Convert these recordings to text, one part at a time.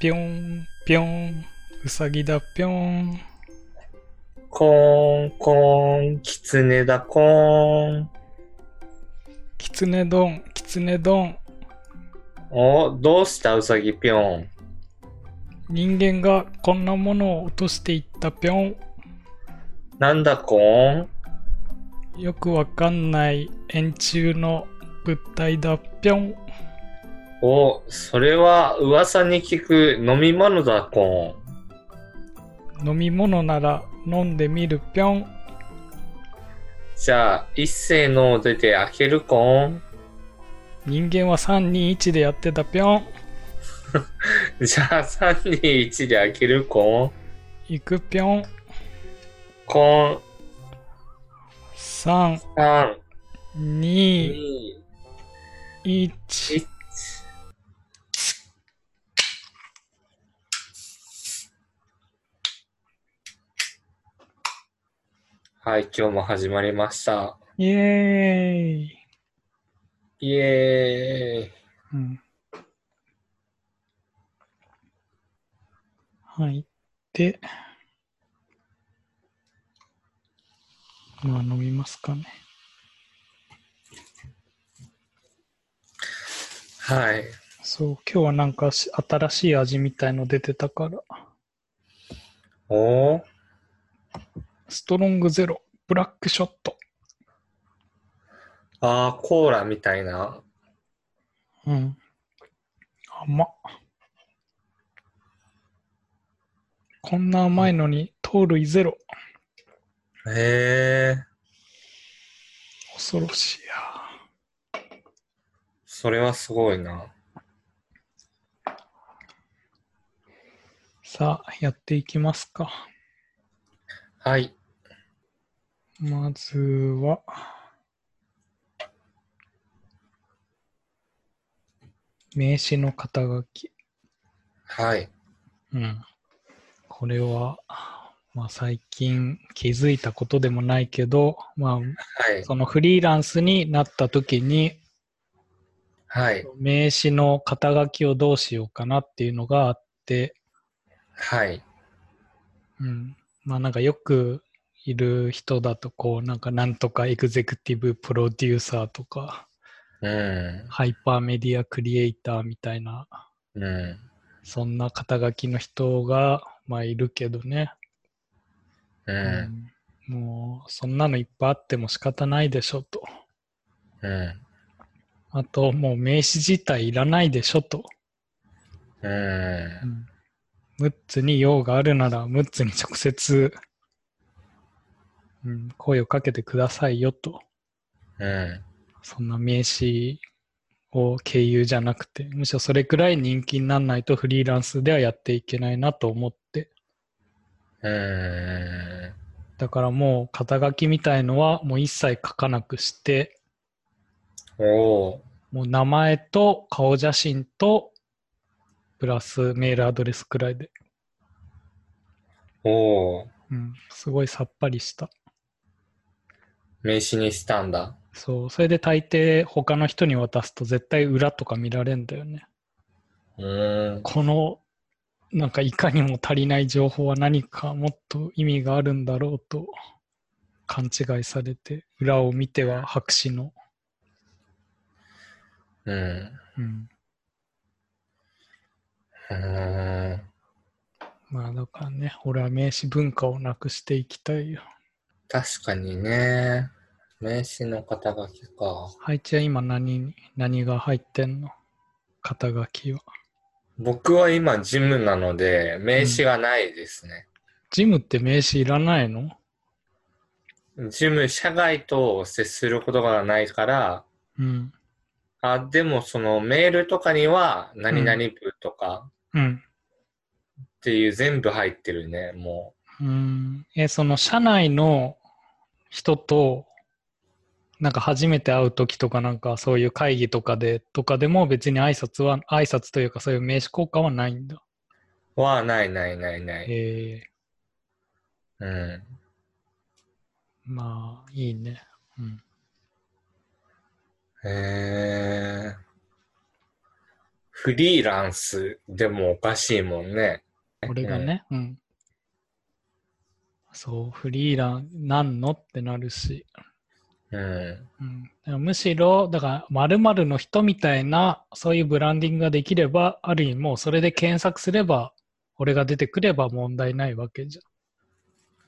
ぴょん、ぴょん、うさぎだぴょん。コーン、コーン、キツネだ、コーン。きつね丼、きつね丼。お、どうしたうさぎぴょん。人間がこんなものを落としていったぴょん。なんだ、コーン。よくわかんない円柱の物体だぴょん。お、それは噂に聞く飲み物だ、コーン。飲み物なら飲んでみるぴょん。じゃあ、一斉の出て開ける、コーン。人間は321でやってたぴょん。じゃあ、3、2、1で開ける、コーン。行くぴょん。コ3、ーン、3、 2、 2、 1。 1。はい、今日も始まりました。イエーイ。イエーイ。うんはい。で、まあ飲みますかね。はい。そう、今日はなんかし新しい味みたいの出てたから、おーストロングゼロ、ブラックショット。ああ、コーラみたいな。うん。甘っ。こんな甘いのに糖類ゼロ。へえ。恐ろしいや。それはすごいな。さあ、やっていきますか。はい。まずは、名詞の肩書き。はい。うん。これは、まあ最近気づいたことでもないけど、まはあい。そのフリーランスになった時に、はい。名詞の肩書きをどうしようかなっていうのがあって、はい。うん。まあなんかよくいる人だと、こう、なんかなんとかエグゼクティブプロデューサーとか、うハイパーメディアクリエイターみたいな、ん。うそんな肩書きの人が、まあ、いるけどね、ん。ううんもう、そんなのいっぱいあっても仕方ないでしょと。ん。うあと、もう名詞自体いらないでしょと。ん。うムッツに用があるなら、ムッツに直接、うん、声をかけてくださいよと。ん。うそんな名詞を経由じゃなくて、むしろそれくらい人気にならないとフリーランスではやっていけないなと思って。ん。うだからもう肩書きみたいのはもう一切書かなくして、ん。おーもう名前と顔写真と、プラスメールアドレスくらいで。おーうん、すごいさっぱりした。名刺にしたんだ。そう、それで大抵他の人に渡すと絶対裏とか見られんだよね。うん。この、なんかいかにも足りない情報は何かもっと意味があるんだろうと勘違いされて、裏を見ては白紙の。うん。うんうん。まあだからね、俺は名詞文化をなくしていきたいよ。確かにね。名刺の肩書きか。はい、じゃあ今何に、何が入ってんの肩書きは。僕は今、ジムなので、名刺がないですね。ジムって名詞いらないのジム、社外と接することがないから、うん。あ、でもそのメールとかには、何々部とかうん。っていう全部入ってるね、もうん。え、その社内の人と、なんか初めて会う時とかなんかそういう会議とかで、とかでも別に挨拶は、挨拶というかそういう名詞効果はないんだ。う。は、ないないないない。ええうん。まあいいね。うん。へえ。フリーランスでもおかしいもんね。俺がね、うん。そう、フリーラン、なんのってなるし。うん。うん、だからむしろ、だから、〇〇の人みたいな、そういうブランディングができれば、ある意味もうそれで検索すれば、俺が出てくれば問題ないわけじ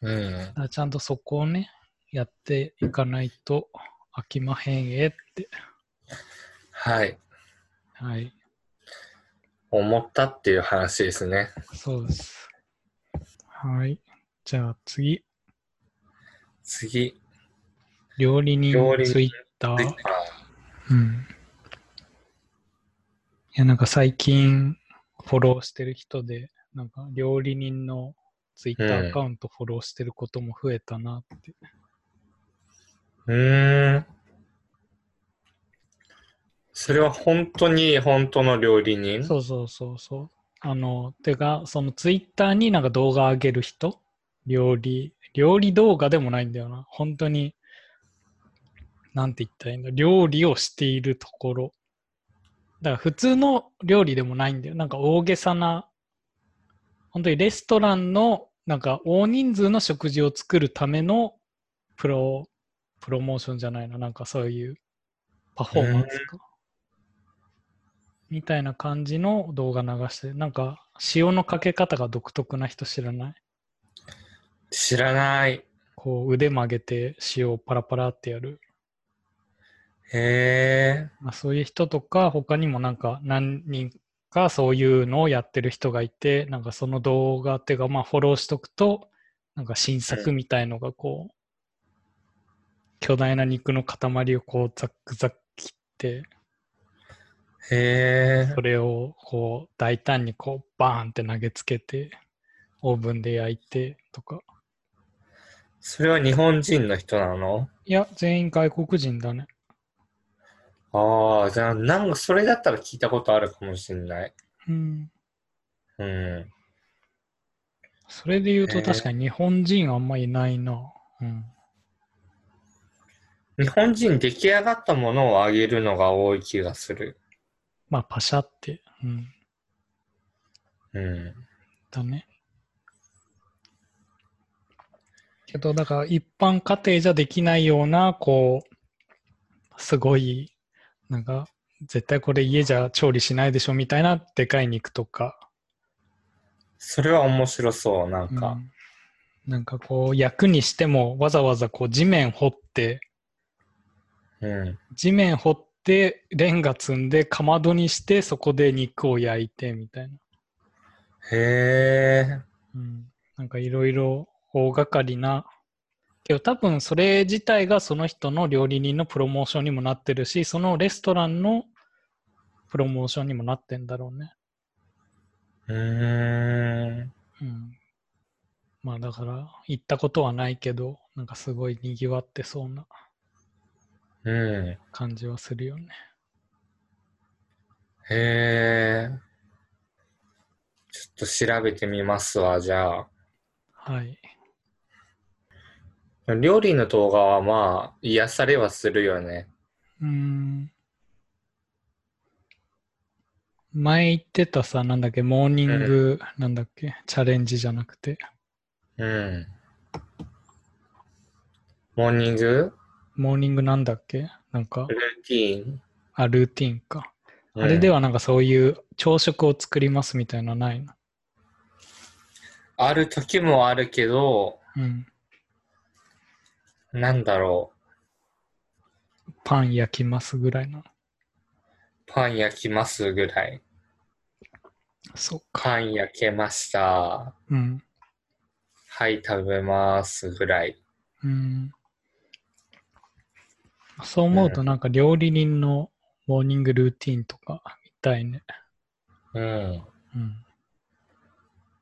ゃん。うんだ。からちゃんとそこをね、やっていかないと飽きまへんえって。はい。はい、思ったっていう話ですね。そうです。はい。じゃあ次、次。料理人料理人ツイッタでー。うん。いや、なんか最近フォローしてる人で、なんか料理人のツイッタうんーアカウントフォローしてることも増えたなって。うーん。それは本当に本当の料理人そうそうそうそう。あの、てか、そのツイッターになんか動画上げる人料理、料理動画でもないんだよな。本当に、なんて言ったらいいんだ料理をしているところ。だから普通の料理でもないんだよ。なんか大げさな、本当にレストランの、なんか大人数の食事を作るためのプロ、プロモーションじゃないな。なんかそういうパフォーマンスか。みたいな感じの動画流してる、なんか塩のかけ方が独特な人知らない知らない。こう腕曲げて塩をパラパラってやる。へえ。まあ、そういう人とか、他にもなんか何人かそういうのをやってる人がいて、なんかその動画っていうか、まあフォローしとくと、なんか新作みたいのがこう、巨大な肉の塊をこうザックザック切って、へえそ。れをこう大胆にこうバーンって投げつけて、オーブンで焼いてとか。それは日本人の人なのいや、全員外国人だね。ああ、じゃあ、なんかそれだったら聞いたことあるかもしれない。うん。うん。それで言うへとー確かに日本人あんまいないな。うん。日本人出来上がったものをあげるのが多い気がする。まあ、パシャって。うん。うん。だね。けど、だから一般家庭じゃできないような、こう、すごい、なんか、絶対これ家じゃ調理しないでしょみたいなでかい肉とか、それは面白そう、なんうか。んなんかこう役にしてもわざわざこう地面掘ってうん。地面掘ってレンガ積んでかまどにしてそこで肉を焼いてみたいな、へえ。うん、なんかいろいろ大掛かりなけど多分それ自体がその人の料理人のプロモーションにもなってるしそのレストランのプロモーションにもなってんだろうね、うーん。うん、まあだから行ったことはないけどなんかすごいにぎわってそうなうん。感じはするよねへえ。ちょっと調べてみますわ、じゃはいあ。料理の動画はまあ、癒されはするよね。うーん前言ってたさ、なんだっけ、モーニング、なんだっけ、チャレンジじゃなくて、うん。モーニングモーニングなんだっけなんか、ルーティーン、あ、ルーティンか。あれでははなんかそういう朝食を作りますみたいなのないの。ある時もあるけど、うん。なんだろパン焼きますぐらいなの。う。パン焼きますぐらい。そうか。パン焼けました。うん。はい、食べますぐらい。うん。そう思うとなんか料理人のモーニングルーティンとか見たいね。うん。うん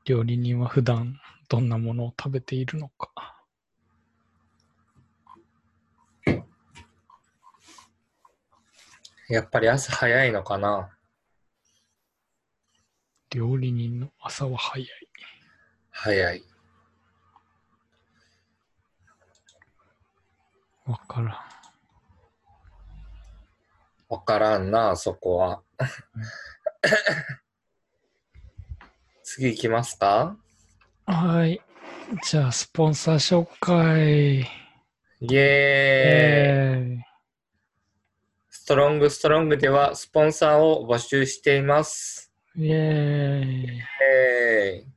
料理人は普段どんなものを食べているのか。やっぱり朝早いのかな。料理人の朝は早い。早い。わからん。わからんな、そこは。 次行きますかはい。じゃあ、スポンサー紹介。イエーイえストロングストロングではスポンサーを募集しています。ーイ。イエーイ。えー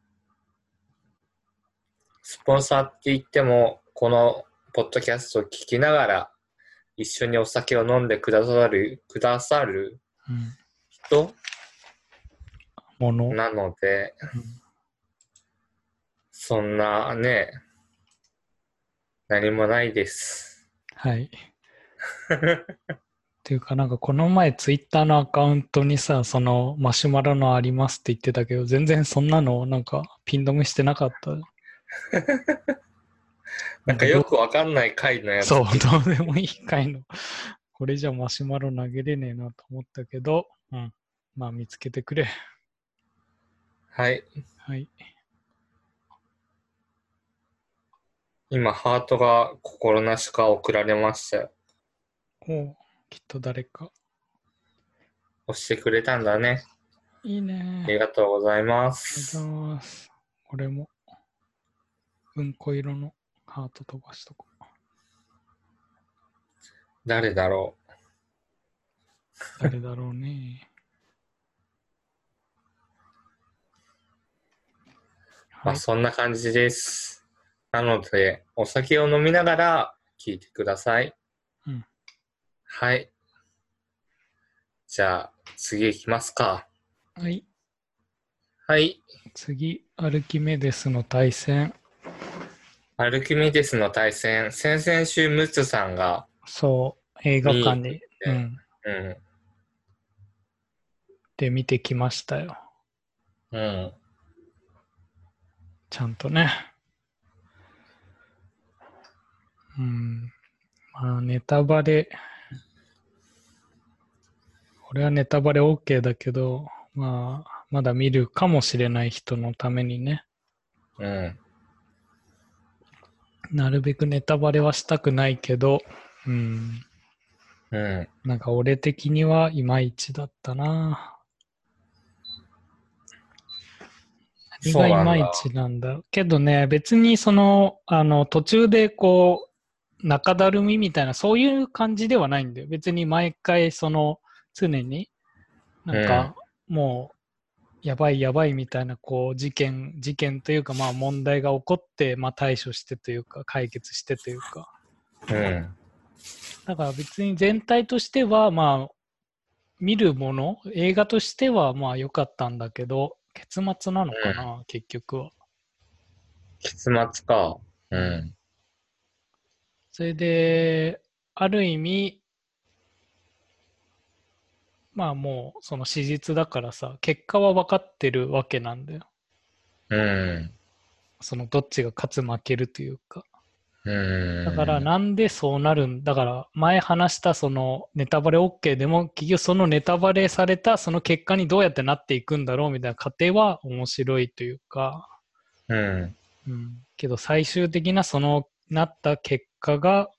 スポンサーって言っても、このポッドキャストを聞きながら、一緒にお酒を飲んでくださる、くださるうん、人もの。なので、そんなね、何もないです。はい。 っていうか、なんかこの前ツイッターのアカウントにさ、そのマシュマロのありますって言ってたけど、全然そんなのなんかピン止めしてなかった。なんかよくわかんない回のやつ。そう、どうでもいい回の。これじゃマシュマロ投げれねえなと思ったけど、うん。まあ見つけてくれ。はい。はい。今、ハートが心なしか送られましたよ。おうきっと誰か。押してくれたんだね。いいねありがとうございあまりがとうごすざい。ます。俺も、うんこ色のハート飛ばしとこう。誰だろ誰だろうね。う。まはあ、い、そんな感じです。なので、お酒を飲みながら聞いてください。うんはい。じゃあ、次行きますか。はい、はい。次、アルキメデスの対戦。アルキメデスの対戦、先々週ムツさんが、そう、映画館に、ううんん、うん、で見てきましたよ。うん、ちゃんとね。うん。まあ、ネタバレ。俺はネタバレ OK だけど、まあ、まだ見るかもしれない人のためにね、うん、なるべくネタバレはしたくないけど、うん。うん。なんか俺的にはいまいちだったな。何そがういなんだまいちなんだろうけどね、別にその、あの、途中でこう、中だるみみたいな、そういう感じではないんだよ。別に毎回、その、常に、なんか、もう、やばいやばいみたいな、こう、事件、事件というか、まあ、問題が起こって、まあ、対処してというか、解決してというか、うん、だから別に全体としては、まあ、見るもの、映画としてはまあ良かったんだけど、結末なのかな、結局は。結末か。うん、それで、ある意味、まあもうその史実だからさ、結果は分かってるわけなんだよ。うん、そのどっちが勝つ負けるというか。うん。だからなんでそうなるんだから前話したそのネタバレ OK でも結局そのネタバレされたその結果にどうやってなっていくんだろうみたいな過程は面白いというか、うん、うん、けど最終的なそのなった結果が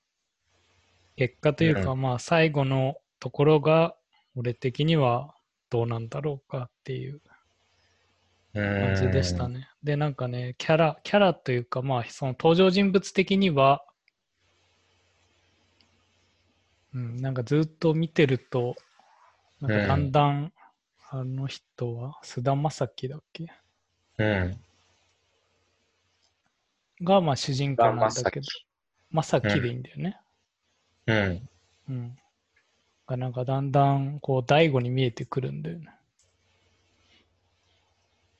結果というかうまあ最後のところが俺的にはどうなんだろうかっていううん。感じでしたね。で、なんかね、キャラ、キャラというか、まあ、その登場人物的には、うん、なんかずっと見てると、なんうかだんんだん、あの人は、菅田将暉だっけうん。が、まあ、主人公が、なまんさだきけど、。正樹でいいんだよね。うん。うん。が、なんかだんだん、こう、大悟に見えてくるんだよね。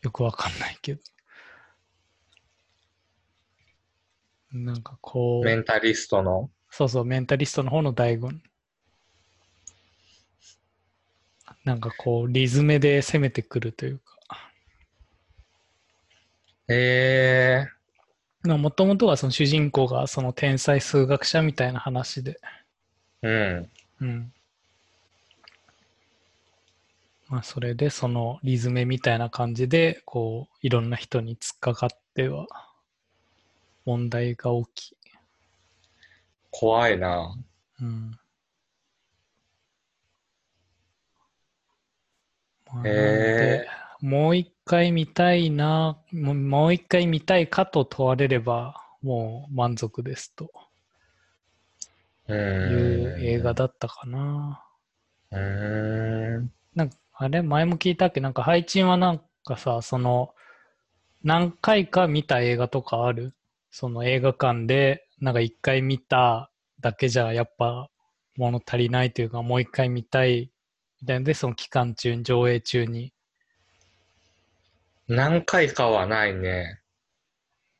よくわかんないけど。なんかこう。メンタリストの。そうそう、メンタリストの方の大悟。なんかこう、リズムで攻めてくるというか。えもともとはその主人公がその天才数学者みたいな話で。えうん。うん。まあ、それでそのリズムみたいな感じで、こう、いろんな人に突っかかっては、問題が起き、怖いな。うん。まあなのへでもう一回見たいな、もうもう一回見たいかと問われれば、もう満足ですとういう映画だだ。ったかな。うーん。なんかあれ、前も聞いたっけなんか配信はなんかさ、その、何回か見た映画とかあるその映画館で、なんか一回見ただけじゃやっぱ物足りないというか、もう一回見たいみたいなので、その期間中に、上映中に。何回かはないね。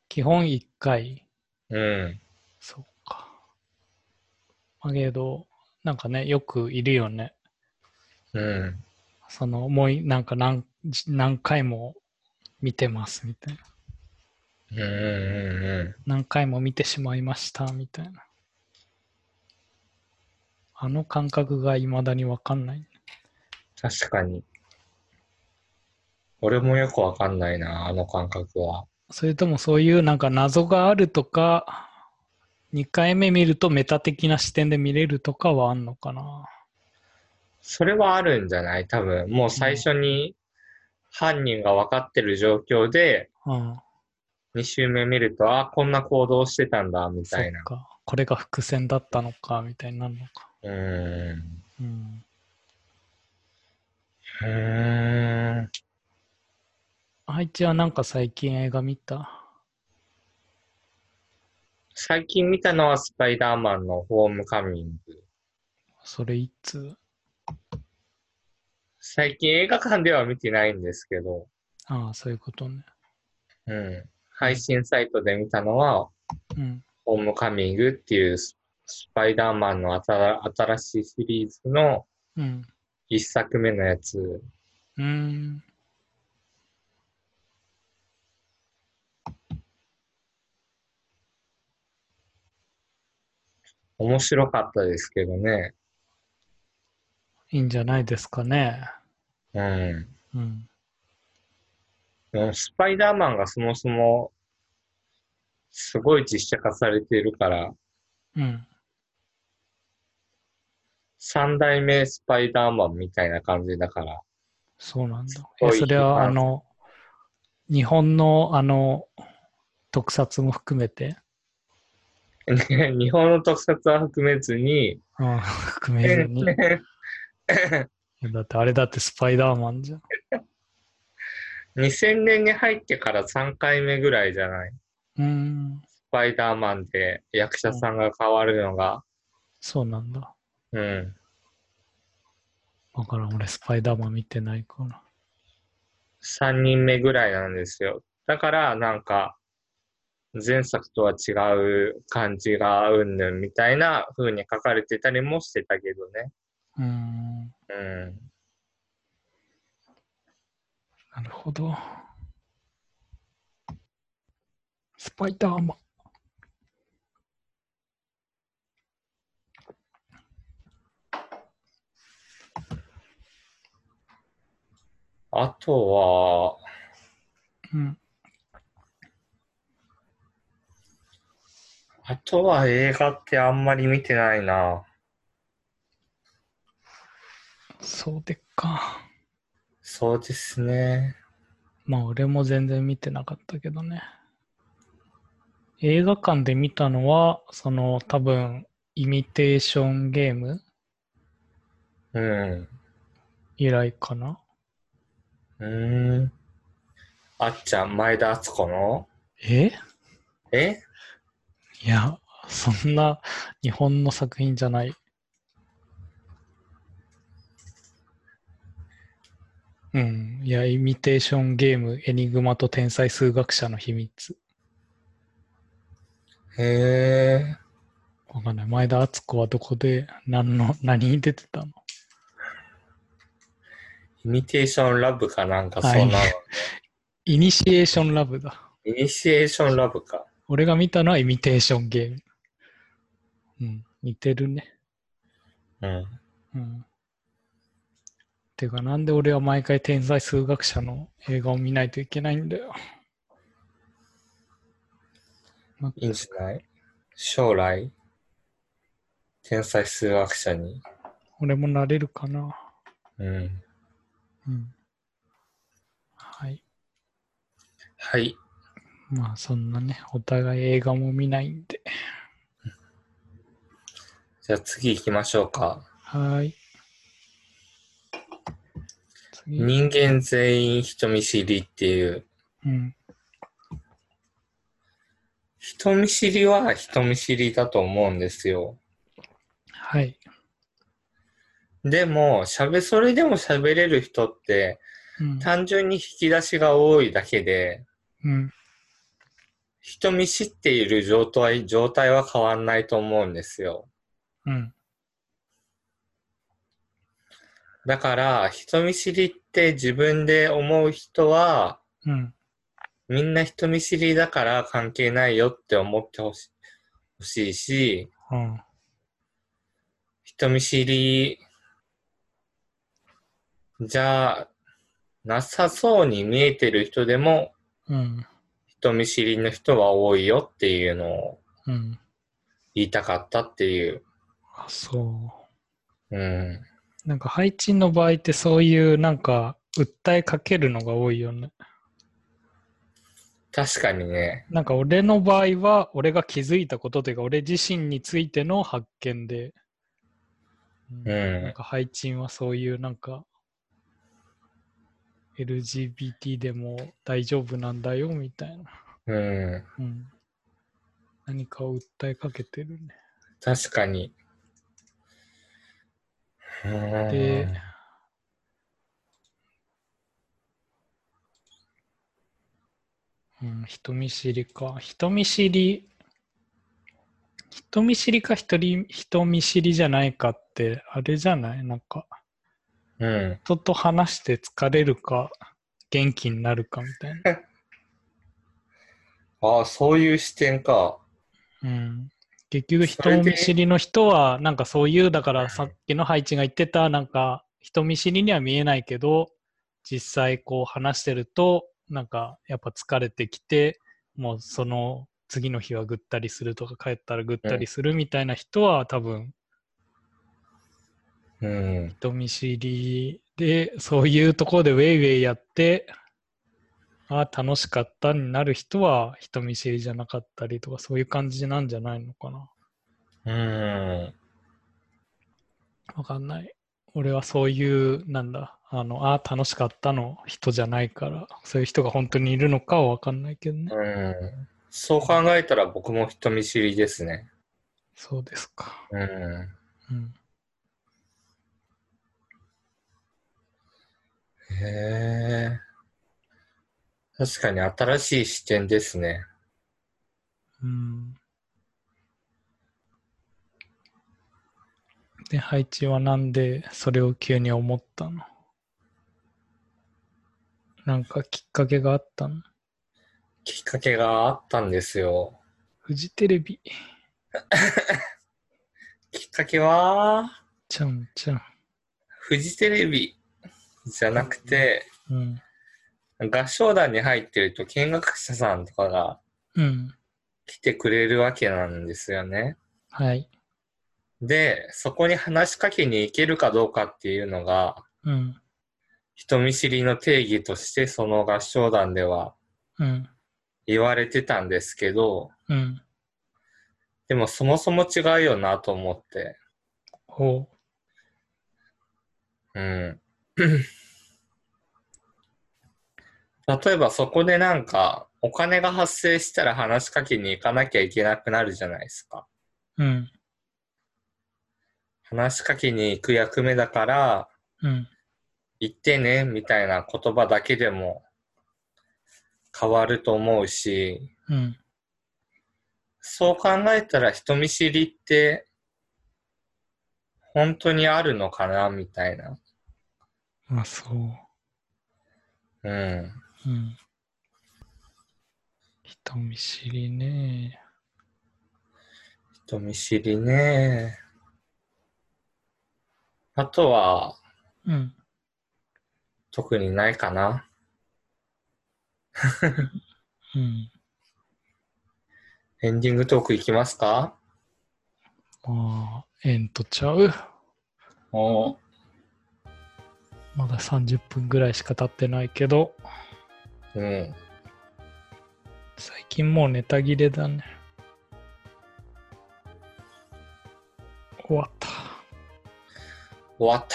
基本一回。うん。そうか。まあけど、なんかね、よくいるよね。うん。その、もうい、なんか何、何回も見てますみたいな。うんうんう何回も見てしまいましたみたいな。あの感覚が未だにわかんない。ん。確かに。俺もよくわかんないな、あの感覚は。それともそういうなんか謎があるとか、2回目見るとメタ的な視点で見れるとかはあんのかな。それはあるんじゃない多分、もう最初に犯人が分かってる状況で、うん。 2周目見ると、あこんな行動してたんだ、みそたっいな。か。これが伏線だったのか、みたいになるのか。うーん。うん。うーん。あいちはなんか最近映画見た最近見たのはスパイダーマンのホームカミング。それいつ最近映画館では見てないんですけど、ああ、そういうことね。うん。配信サイトで見たのは、うん。ホームカミングっていうススパイダーマンの新新しいシリーズのうん。一作目のやつ。うーん。面白かったですけどね。いいんじゃないですかね。うん。うん。でもスパイダーマンがそもそも、すごい実写化されているから、うん。三代目スパイダーマンみたいな感じだから。そうなんだ。ごえいそれいいは、なあの、日本の、あの、特撮も含めて、日本の特撮は含めずに、うん、 含めずに。いやだって、あれだってスパイダーマンじゃん。 2000年に入ってから3回目ぐらいじゃないうーん。スパイダーマンで役者さんが変わるのが。そうなんだ。うん。わからん、俺、スパイダーマン見てないから。 3人目ぐらいなんですよ。だから、なんか、前作とは違う感じがうんぬんみたいな風に書かれてたりもしてたけどね。うーん。うん。なるほど。スパイダーマン。あとは、うん。あとは映画ってあんまり見てないな。そうでっか。そうですね。まあ俺も全然見てなかったけどね。映画館で見たのは、その多分、イミテーションゲームうん。以来かな。うーん。あっちゃん、前田敦子のええいや、そんな日本の作品じゃない。うん。いや、イミテーションゲーム、エニグマと天才数学者の秘密。へえ。わかんない。前田敦子はどこで、何の、何に出てたのイミテーションラブかなんかそんなの。はイニシエーションラブだ。イニシエーションラブか。俺が見たのはイミテーションゲーム。うん、似てるね。うん。うん。てか、なんで俺は毎回天才数学者の映画を見ないといけないんだよ。いいんじゃない将来、天才数学者に。俺もなれるかな。うん。うん。はい。まあそんなね、お互い映画も見ないんで。じゃあ次行きましょうか。はーい。次。人間全員人見知りっていう。うん。人見知りは人見知りだと思うんですよ。はい。でも、喋、それでも喋れる人って、うん。単純に引き出しが多いだけで、うん。人見知っている状態、状態は変わんないと思うんですよ。うん。だから、人見知りって自分で思う人は、うん。みんな人見知りだから関係ないよって思ってほしほしいし、うん。人見知りじゃなさそうに見えてる人でもうん。人見知りの人は多いよっていうのをうん。言いたかったっていう。あ、そう。うん。なんか配置の場合ってそういうなんか訴えかけるのが多いよね。確かにね。なんか俺の場合は俺が気づいたことというか俺自身についての発見で、うんうんなんか配置はそういうなんか LGBT でも大丈夫なんだよみたいな、うん。うん、何かを訴えかけてるね。確かに。うんでうん、人見知りか。人見知り、人見知りか人り人見知りじゃないかって、あれじゃないなんか、うん。人と話して疲れるか、元気になるかみたいな。ああ、そういう視点か。うん。結局、それ人で見知りの人は、なんかそういう、だからさっきのハイチが言ってた、なんか、人見知りには見えないけど、実際こう話してると、なんか、やっぱ疲れてきて、もうその次の日はぐったりするとか、帰ったらぐったりするみたいな人は、多分、うん。人見知りで、そういうところでウェイウェイやって、ああ、楽しかったになる人は、人見知りじゃなかったりとか、そういう感じなんじゃないのかな。うん。わかんない。俺はそういう、なんだ、あの、あー楽しかったの人じゃないから、そういう人が本当にいるのかはわかんないけどね。うん。そう考えたら僕も人見知りですね。そうですか。うん。うん。へえ。確かに新しい視点ですね。うん、で、配置はなんでそれを急に思ったのなんかきっかけがあったのきっかけがあったんですよ。フジテレビ、きっかけは、ちゃんちゃん。フジテレビじゃなくて、うん。合唱団に入ってると見学者さんとかがうん。来てくれるわけなんですよね。はい。で、そこに話しかけに行けるかどうかっていうのが、うん。人見知りの定義としてその合唱団ではうん。言われてたんですけど、うん。でもそもそも違うよなと思って。ほう。うん。 例えばそこでなんかお金が発生したら話しかけに行かなきゃいけなくなるじゃないですか。うん。話しかけに行く役目だからうん。行ってねみたいな言葉だけでも変わると思うし、うん。そう考えたら人見知りって本当にあるのかなみたいな。まあそう。うん。うん。人見知りね。人見知りね。あとは、うん。特にないかな。うん。エンディングトークいきますかまあ、縁とちゃう。おまだ30分ぐらいしか経ってないけど、うん。最近もうネタ切れだね。終わった。終わっ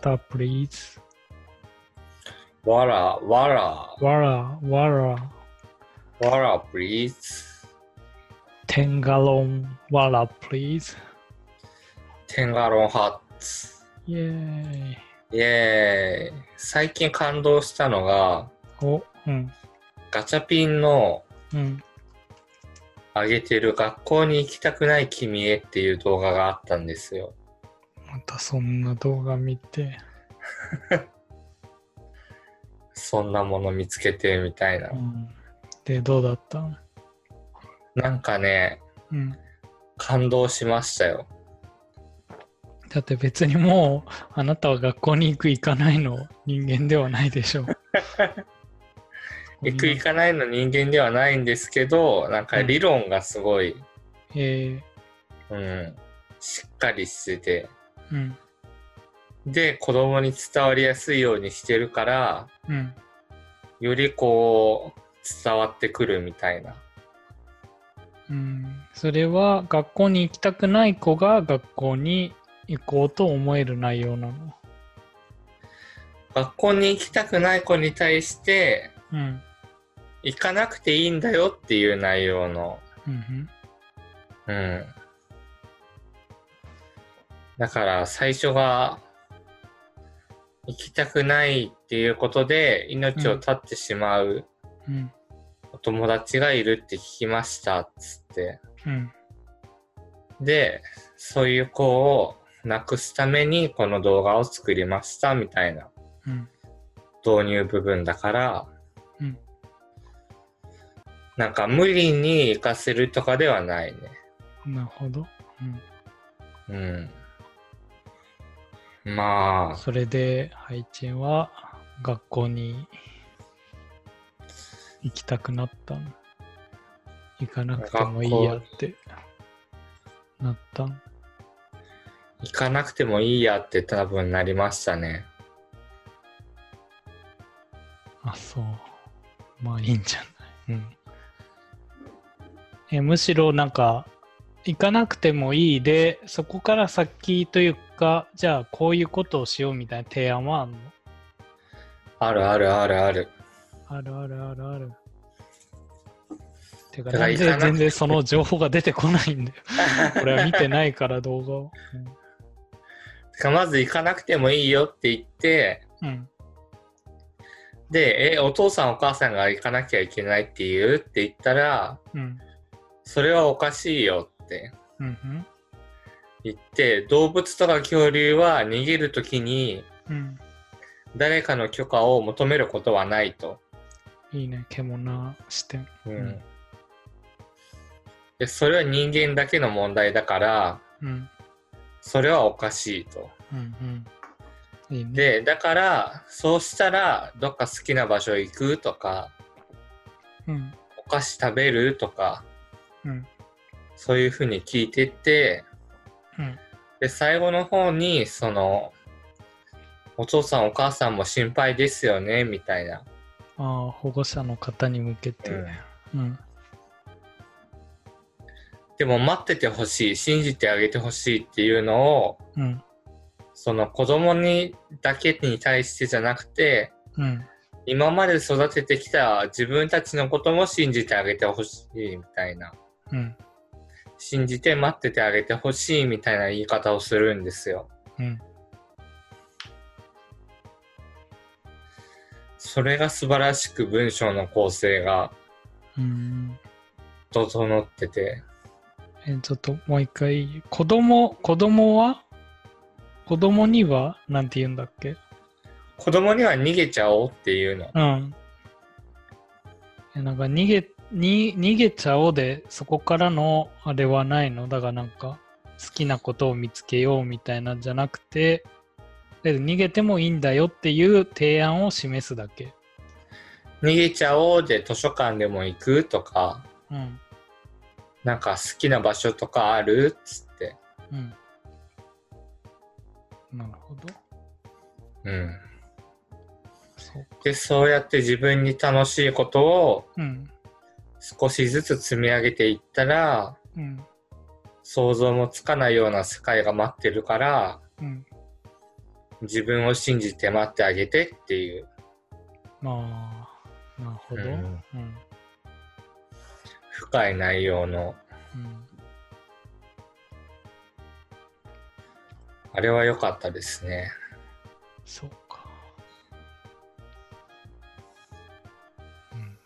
た。 Water, please. わら、わら、 Wara, wara. わら、please。 10 gallon wara, please. テンガロンハッツ。 Yay. イエーイ。最近感動したのが、お、うん、ガチャピンのうん。上げてる学校に行きたくない君へっていう動画があったんですよ。またそんな動画見て。そんなもの見つけてみたいなう。ん、で、どうだったなんかね、うん。感動しましたよ。だって別にもう、あなたは学校に行く行かないの人間ではないで しょう。行く行かないの人間ではないんですけど、なんか理論がすごい、えうん、しっかりしてて。ー、うん、で、子供に伝わりやすいようにしてるから、うん。よりこう、伝わってくるみたいな。うん、それは学校に行きたくない子が学校に行こうと思える内容なの。学校に行きたくない子に対してうん。行かなくていいんだよっていう内容の、うんうん。だから最初が行きたくないっていうことで命を絶ってしまううん。うん。お友達がいるって聞きましたっつって。うん。で、そういう子をなくすためにこの動画を作りましたみたいなうん。導入部分だから、うんなんか無理に行かせるとかではないね。なるほど。うん。まあ、それで、ハイチンは学校に行きたくなったの。行かなくてもいいやってなったの。行かなくてもいいやって多分なりましたね。あ、そう。まあいいんじゃない。うん。えむしろなんか、行かなくてもいいで、そこから先というか、じゃあこういうことをしようみたいな提案はあるのあるあるあるある。あるあるあるある。てか、だから全行か然なくて全然その情報が出てこないんだよ。俺は見てないから動画を。てかまず行かなくてもいいよって言って、うん。うんで、え、お父さんお母さんが行かなきゃいけないって言うって言ったら、うん。それはおかしいよってうん。言って、動物とか恐竜は逃げるときにうん。誰かの許可を求めることはないと。いいね、獣な視点。うんん、でそれは人間だけの問題だからうん。それはおかしいと。うん。うん。いいね。でだからそうしたらどっか好きな場所行くとかうん。お菓子食べるとかうん。そういうふうに聞いてってうん。で最後の方にそのお父さんお母さんも心配ですよねみたいな、ああ、保護者の方に向けて。うん。でも待っててほしい信じてあげてほしいっていうのをうん。その子供にだけに対してじゃなくてうん。今まで育ててきた自分たちのことも信じてあげてほしいみたいなうん。信じて待っててあげてほしいみたいな言い方をするんですようん。それが素晴らしく文章の構成がうん。整っててえ、ちょっともう一回。子供、子供は子供にはなんて言うんだっけ子供には逃げちゃおうっていうのうん。えなんか逃げ、に逃げちゃおうで、そこからのあれはないのだがなんか、好きなことを見つけようみたいなんじゃなくて、で逃げてもいいんだよっていう提案を示すだけ。逃げちゃおうで図書館でも行くとかうん。なんか好きな場所とかあるっつってうん。なるほど。うんそう。で、そうやって自分に楽しいことをうん。少しずつ積み上げていったら、うん。想像もつかないような世界が待ってるから、うん。自分を信じて待ってあげてっていう。まあ、なるほど。ううんん。深い内容の。うん。あれは良かったですね。そうか。うん。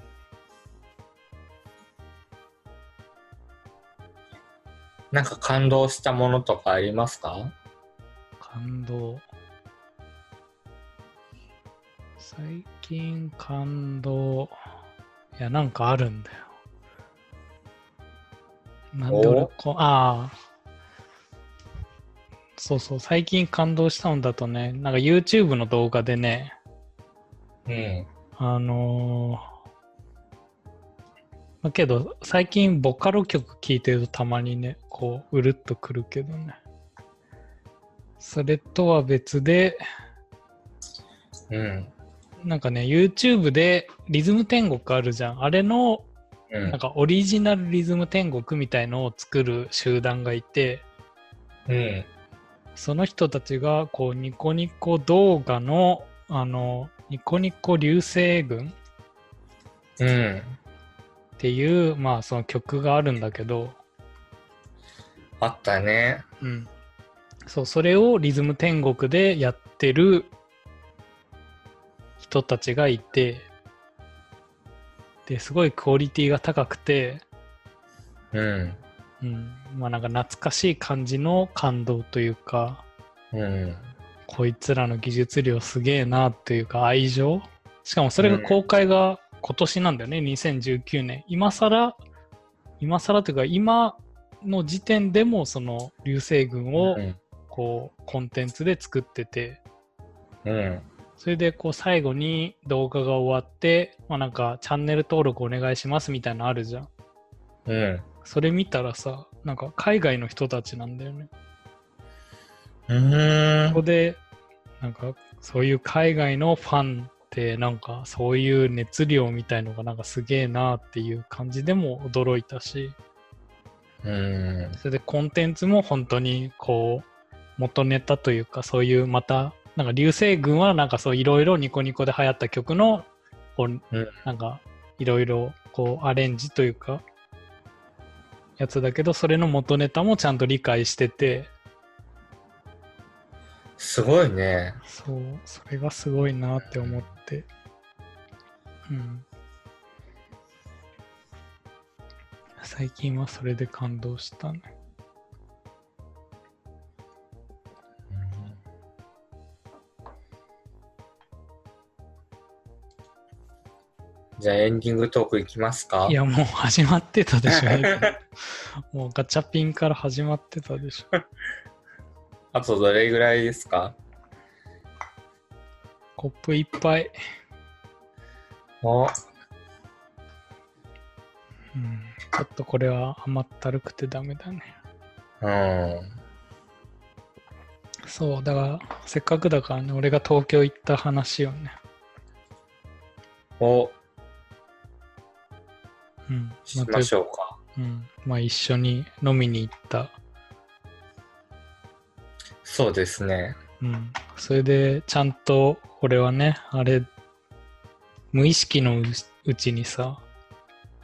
なんか感動したものとかありますか感動。最近感動。いや、なんかあるんだよ。なんで俺こ、ああ。そうそう、最近感動したんだとね、なんか YouTube の動画でね、うん。あのーまあけど最近ボカロ曲聴いてるとたまにねこううるっとくるけどねそれとは別でうん。なんかね YouTube でリズム天国あるじゃんあれのうなんん。かオリジナルリズム天国みたいのを作る集団がいてうん。その人たちがこうニコニコ動画のあのニコニコ流星群うん。っていう、まあ、その曲があるんだけど、あったね。うん、そうそれをリズム天国でやってる人たちがいてですごいクオリティが高くて、うん。うんまあ、なんか懐かしい感じの感動というかうん。こいつらの技術量すげえなというか愛情しかもそれが公開が今年なんだよね、2019年今更今更というか今の時点でもその流星群を、うん。こうコンテンツで作っててうん。それでこう最後に動画が終わって、まあ、なんかチャンネル登録お願いしますみたいなのあるじゃんうん。それ見たらさなんか海外の人たちなんだよねうーそこん。でなんかそういう海外のファンってなんかそういう熱量みたいのがなんかすげえなっていう感じでも驚いたしうん。それでコンテンツも本当にこう元ネタというかそういうまたなんか流星群はなんかそういろいろニコニコで流行った曲のこう、なんかいろいろこうアレンジというかやつだけどそれの元ネタもちゃんと理解しててすごいね。そうそれがすごいなって思ってうん最近はそれで感動したねじゃあエンディングトークいきますかいやもう始まってた でしょもうガチャピンから始まってたでしょあとどれぐらいですかコップいっぱい、おうん、ちょっとこれは甘ったるくてダメだねうん。そうだからせっかくだからね俺が東京行った話をねおうんしましょょうか。う、うん、まあ一緒に飲みに行ったそうですね。うん、それでちゃんと俺はねあれ無意識のううちにさ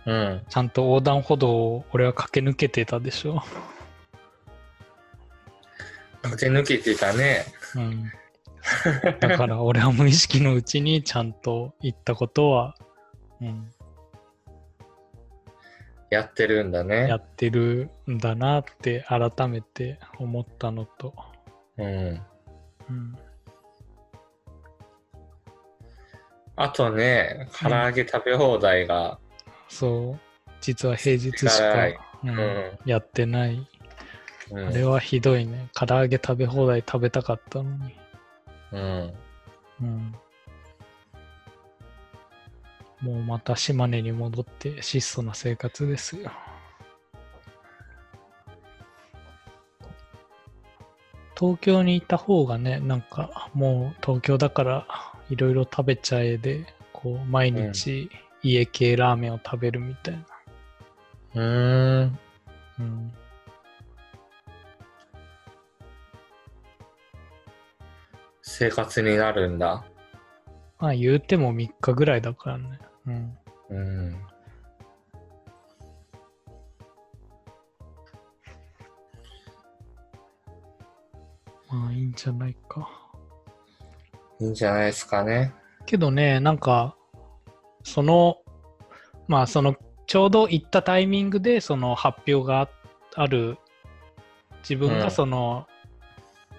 うん。ちゃんと横断歩道を俺は駆け抜けてたでしょ、駆け抜けてたね。 うん、だから俺は無意識のうちにちゃんと行ったことは、うん、やってるんだやね。ってるんだなって改めて思ったのと、うん。うん、あとね、唐揚げ食べ放題が、そう実は平日しか辛い、ううんん。やってないうあれん。はひどいね唐揚げ食べ放題食べたかったのに。うん。うんもうまた島根に戻って質素な生活ですよ。東京にいた方がね、なんかもう東京だからいろいろ食べちゃえで、こう、毎日家系ラーメンを食べるみたいな。うーん。うん。生活になるんだ。まあ言うても3日ぐらいだからね。うん。うん。まあいいんじゃないか。いいんじゃないですかね。けどね、なんか、その、まあその、ちょうど行ったタイミングで、その発表があある、自分うんがその、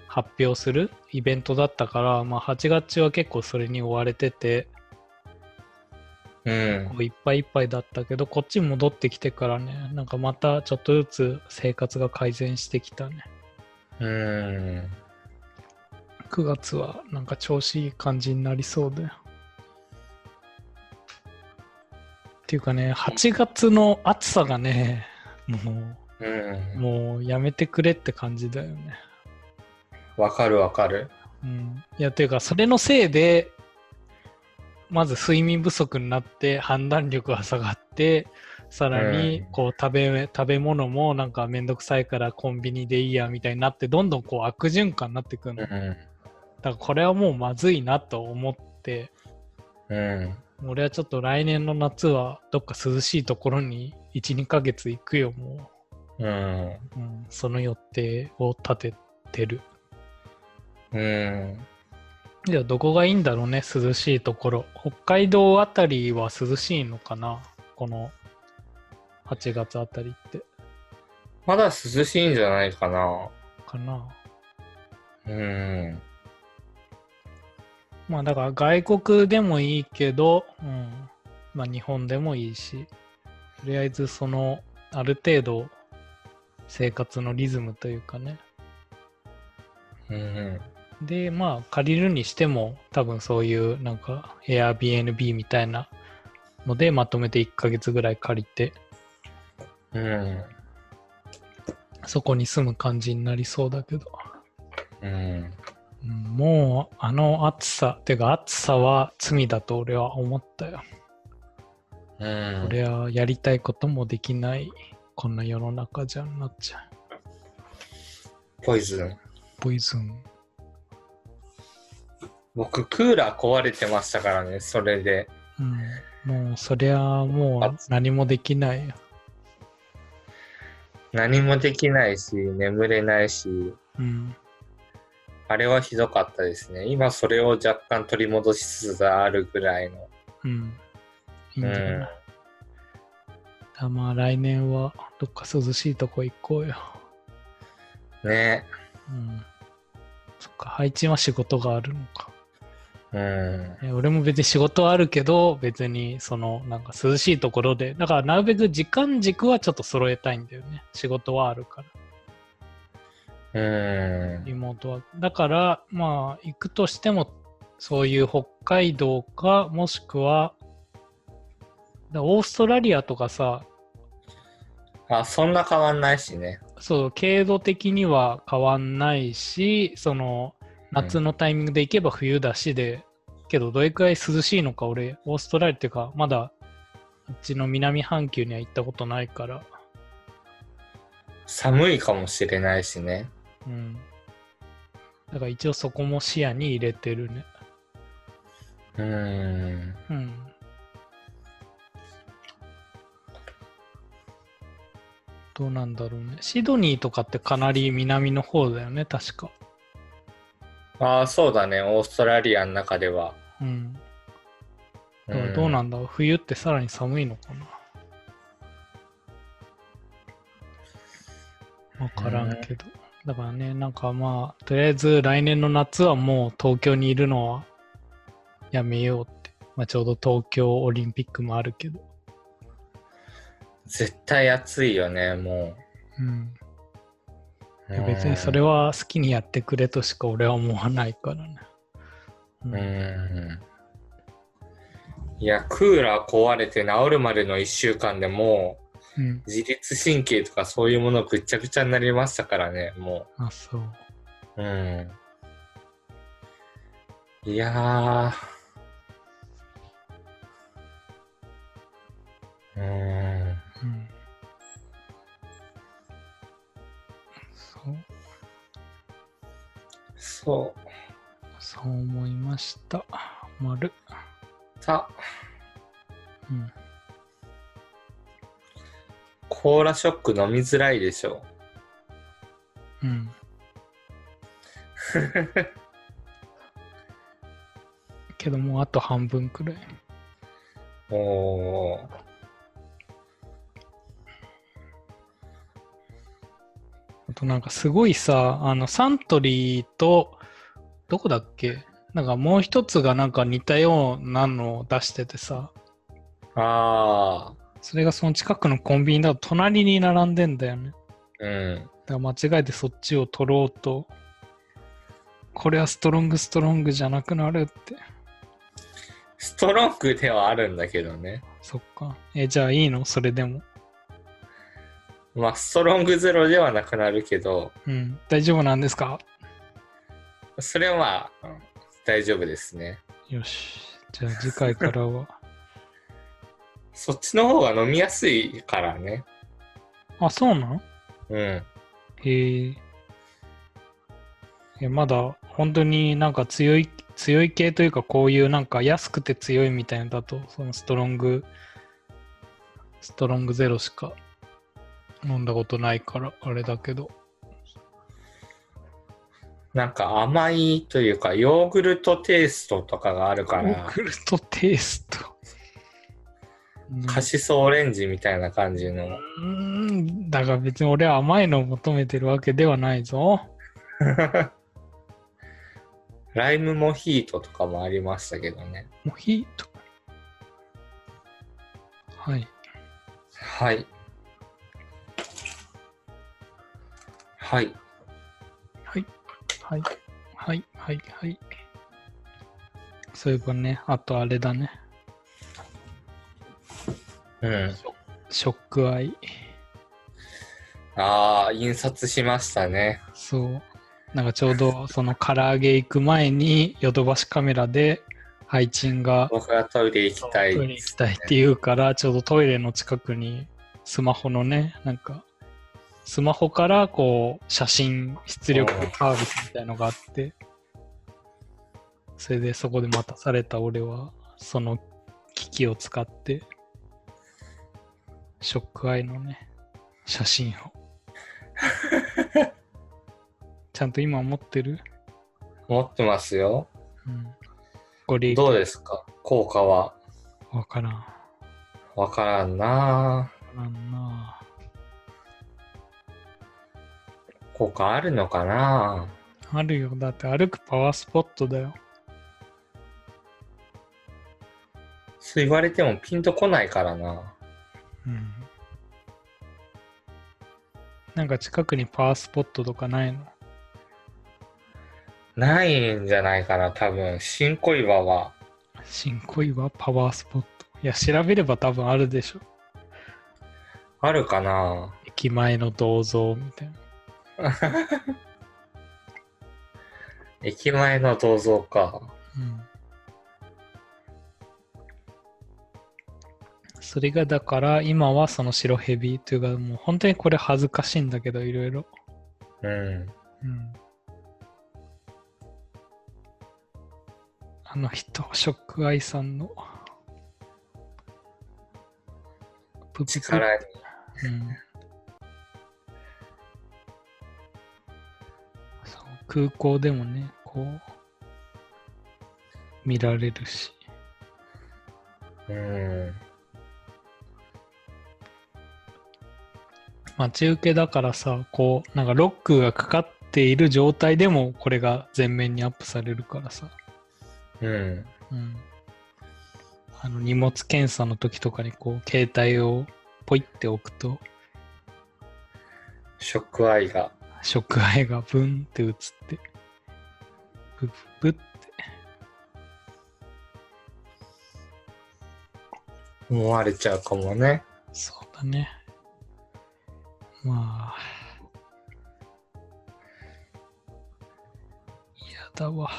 発表するイベントだったから、まあ8月中は結構それに追われてて、うんこ。ういっぱいいっぱいだったけどこっち戻ってきてからねなんかまたちょっとずつ生活が改善してきたねうん。 9月はなんか調子いい感じになりそうだよっていうかね8月の暑さがねもう。うんもうやめてくれって感じだよねわかるわかる。うんいやていうかそれのせいでまず睡眠不足になって判断力が下がってさらうにんこう食べ,、食べ物もなんかめんどくさいからコンビニでいいやみたいになってどんどんこう悪循環になってくるのうだかん。らこれはもうまずいなと思ってうん。俺はちょっと来年の夏はどっか涼しいところに12ヶ月行くよもうん。う、うん、その予定を立ててるうん。じゃあどこがいいんだろうね、涼しいところ。北海道あたりは涼しいのかなこの8月あたりって。まだ涼しいんじゃないかな。かな。うん。まあだから外国でもいいけど、うん、まあ日本でもいいし、とりあえずその、ある程度生活のリズムというかね。うん。で、まあ借りるにしても多分そういうなんか Airbnb みたいなのでまとめて1ヶ月ぐらい借りてうん。そこに住む感じになりそうだけど。うん。うんもうあの暑さ、てか暑さは罪だと俺は思ったよ。うん。俺はやりたいこともできない、こんな世の中じゃんなっちゃう。ポイズン。ポイズン。僕、クーラー壊れてましたからね、それで。うん、もうそりゃもう暑何もできないよ。何もできないし、眠れないし、うん。あれはひどかったですね。今、それを若干取り戻しつつあるぐらいの。うん。いいうんだよ、んね。あまあ来年はどっか涼しいとこ行こうよ。ね。うん。そっか、配置は仕事があるのか。うん。え俺も別に仕事はあるけど別にそのなんか涼しいところでだからなるべく時間軸はちょっと揃えたいんだよね仕事はあるからうん。リモートはだからまあ行くとしてもそういう北海道かもしくはだオーストラリアとかさあ、そんな変わんないしね。そう経度的には変わんないしその夏のタイミングで行けば冬だしで、けどどれくらい涼しいのか俺オーストラリアっていうかまだあっちの南半球には行ったことないから、寒いかもしれないしね。うん、だから一応そこも視野に入れてるねうん。うんどうなんだろうねシドニーとかってかなり南の方だよね確かああ、そうだね。オーストラリアの中では。うんだからどうなんだろう、冬ってさらに寒いのかなわからんけど、だからねなんかまあとりあえず来年の夏はもう東京にいるのはやめようって、まあ、ちょうど東京オリンピックもあるけど絶対暑いよね、もうんう。で別にそれは。は好きにやってくれとしか俺は思わないからね、ううんん。いや、クーラー壊れて治るまでの1週間でもうん、う、自律神経とかそういうものぐっちゃぐちゃになりましたからね、もあそうう。うん。いやー、うーん。うんそうそそう思いました。丸。う。た、うん。コーラショック飲みづらいでしょうん。けどもうあと半分くらい。う。おー。あとなんかすごいさ、あのサントリーと、どこだっけなんかもう一つがなんか似たようなのを出しててさ、あそれがその近くのコンビニだと隣に並んでんだよね。ー。うん。だから間違えてそっちを取ろうと、これはストロングストロングじゃなくなるって。ストロークではあるんだけどね。そっか。え、じゃあいいのそれでも。まあ、ストロングゼロではなくなるけど、うん。大丈夫なんですかそれはまあ、うん大丈夫ですね。よし。じゃあ次回からは。そっちの方が飲みやすいからね。 あ、そうなんうん。へえ。いや、まだ本当になんか強い、強い系というかこういうなんか安くて強いみたいなのだと、そのストロング、ストロングゼロしか飲んだことないから、あれだけど。なんか甘いというか、ヨーグルトテイストとかがあるかヨーら、グルトテイスト。うんカシスオレンジみたいな感じの。 うーん、だから別に俺は甘いのを求めてるわけではないぞ。ライムモヒートとかもありましたけどね。モヒート。はい。はい。はい。はい。はい。はい。はい。そういえばね、あとあれだね。うん。ショックアイ。ああ、印刷しましたね。そう。なんかちょうどその唐揚げ行く前にヨドバシカメラで配信が僕がトイレ行きたい。トイレ行きたいって言うから、ちょうどトイレの近くにスマホのね、なんか、スマホからこう、写真出力サービスみたいのがあって、それでそこで待たされた俺は、その機器を使って、ショックアイのね、写真を。 ちゃんと今持ってる、持ってますよ。うん、ご利益どうですか効果は。わからん。わからんなわからんな効果あるのかなあるよ。だって歩くパワースポットだよ。そう言われてもピンとこないからなうん。なんか近くにパワースポットとかないのないんじゃないかな、多分。新小岩は。新小岩パワースポット。いや、調べれば多分あるでしょ。あるかな駅前の銅像みたいな。駅前の銅像か。うん。それがだから今はその白蛇というかもう本当にこれ恥ずかしいんだけどいろいろ。うん。うん。あの人、ショックアイさんの。プププ力に。うんそう空港でもね、こう、見られるし。うん。待ち受けだからさ、こう、なんかロックがかかっている状態でも、これが全面にアップされるからさ。うん。うん、あの荷物検査の時とかにこう携帯をポイって置くとショックアイが。ショックアイがブンって映ってブッブッって思われちゃうかもね。そうだねまあ嫌だわ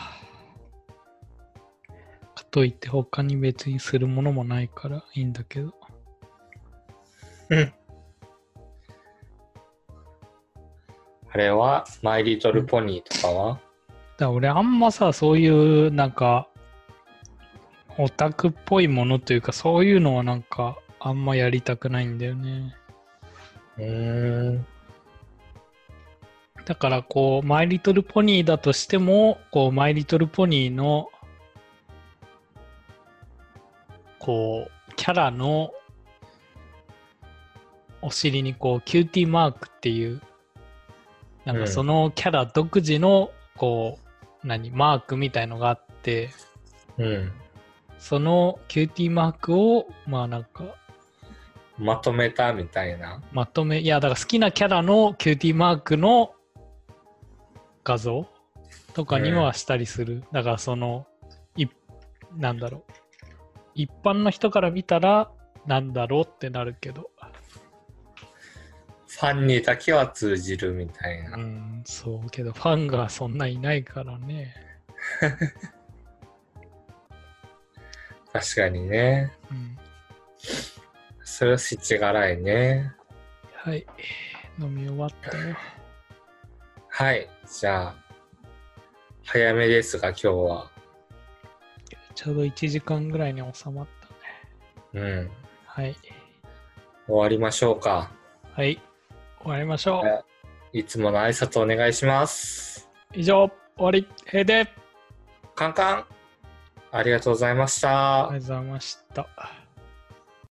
かといって他に別にするものもないからいいんだけどあれは、マイリトルポニーとかは、だ俺あんまさそういうなんかオタクっぽいものというかそういうのはなんかあんまやりたくないんだよねうーん。だからこうマイリトルポニーだとしてもこうマイリトルポニーのこうキャラのお尻にこうキューティーマークっていうなんうかんそのキャラ独自のこう何マークみたいのがあってうん。そのキューティーマークをまあなんかまとめたみたいな。まとめいやだから好きなキャラのキューティーマークの画像とかにはしたりする、だからそのいなんだろう一般の人から見たらなんだろうってなるけどファンにだけは通じるみたいうな。んそうけどファンがそんないないからね確かにね。うんそれはしちがらいね。はい飲み終わったよはい。じゃあ、早めですが、今日は。ちょうど1時間ぐらいに収まったねうん。はい終わりましょうか。はい終わりましょはういいつもの挨拶お願いします。以上終わりへでカンカンありがとうございましあたりがとうございました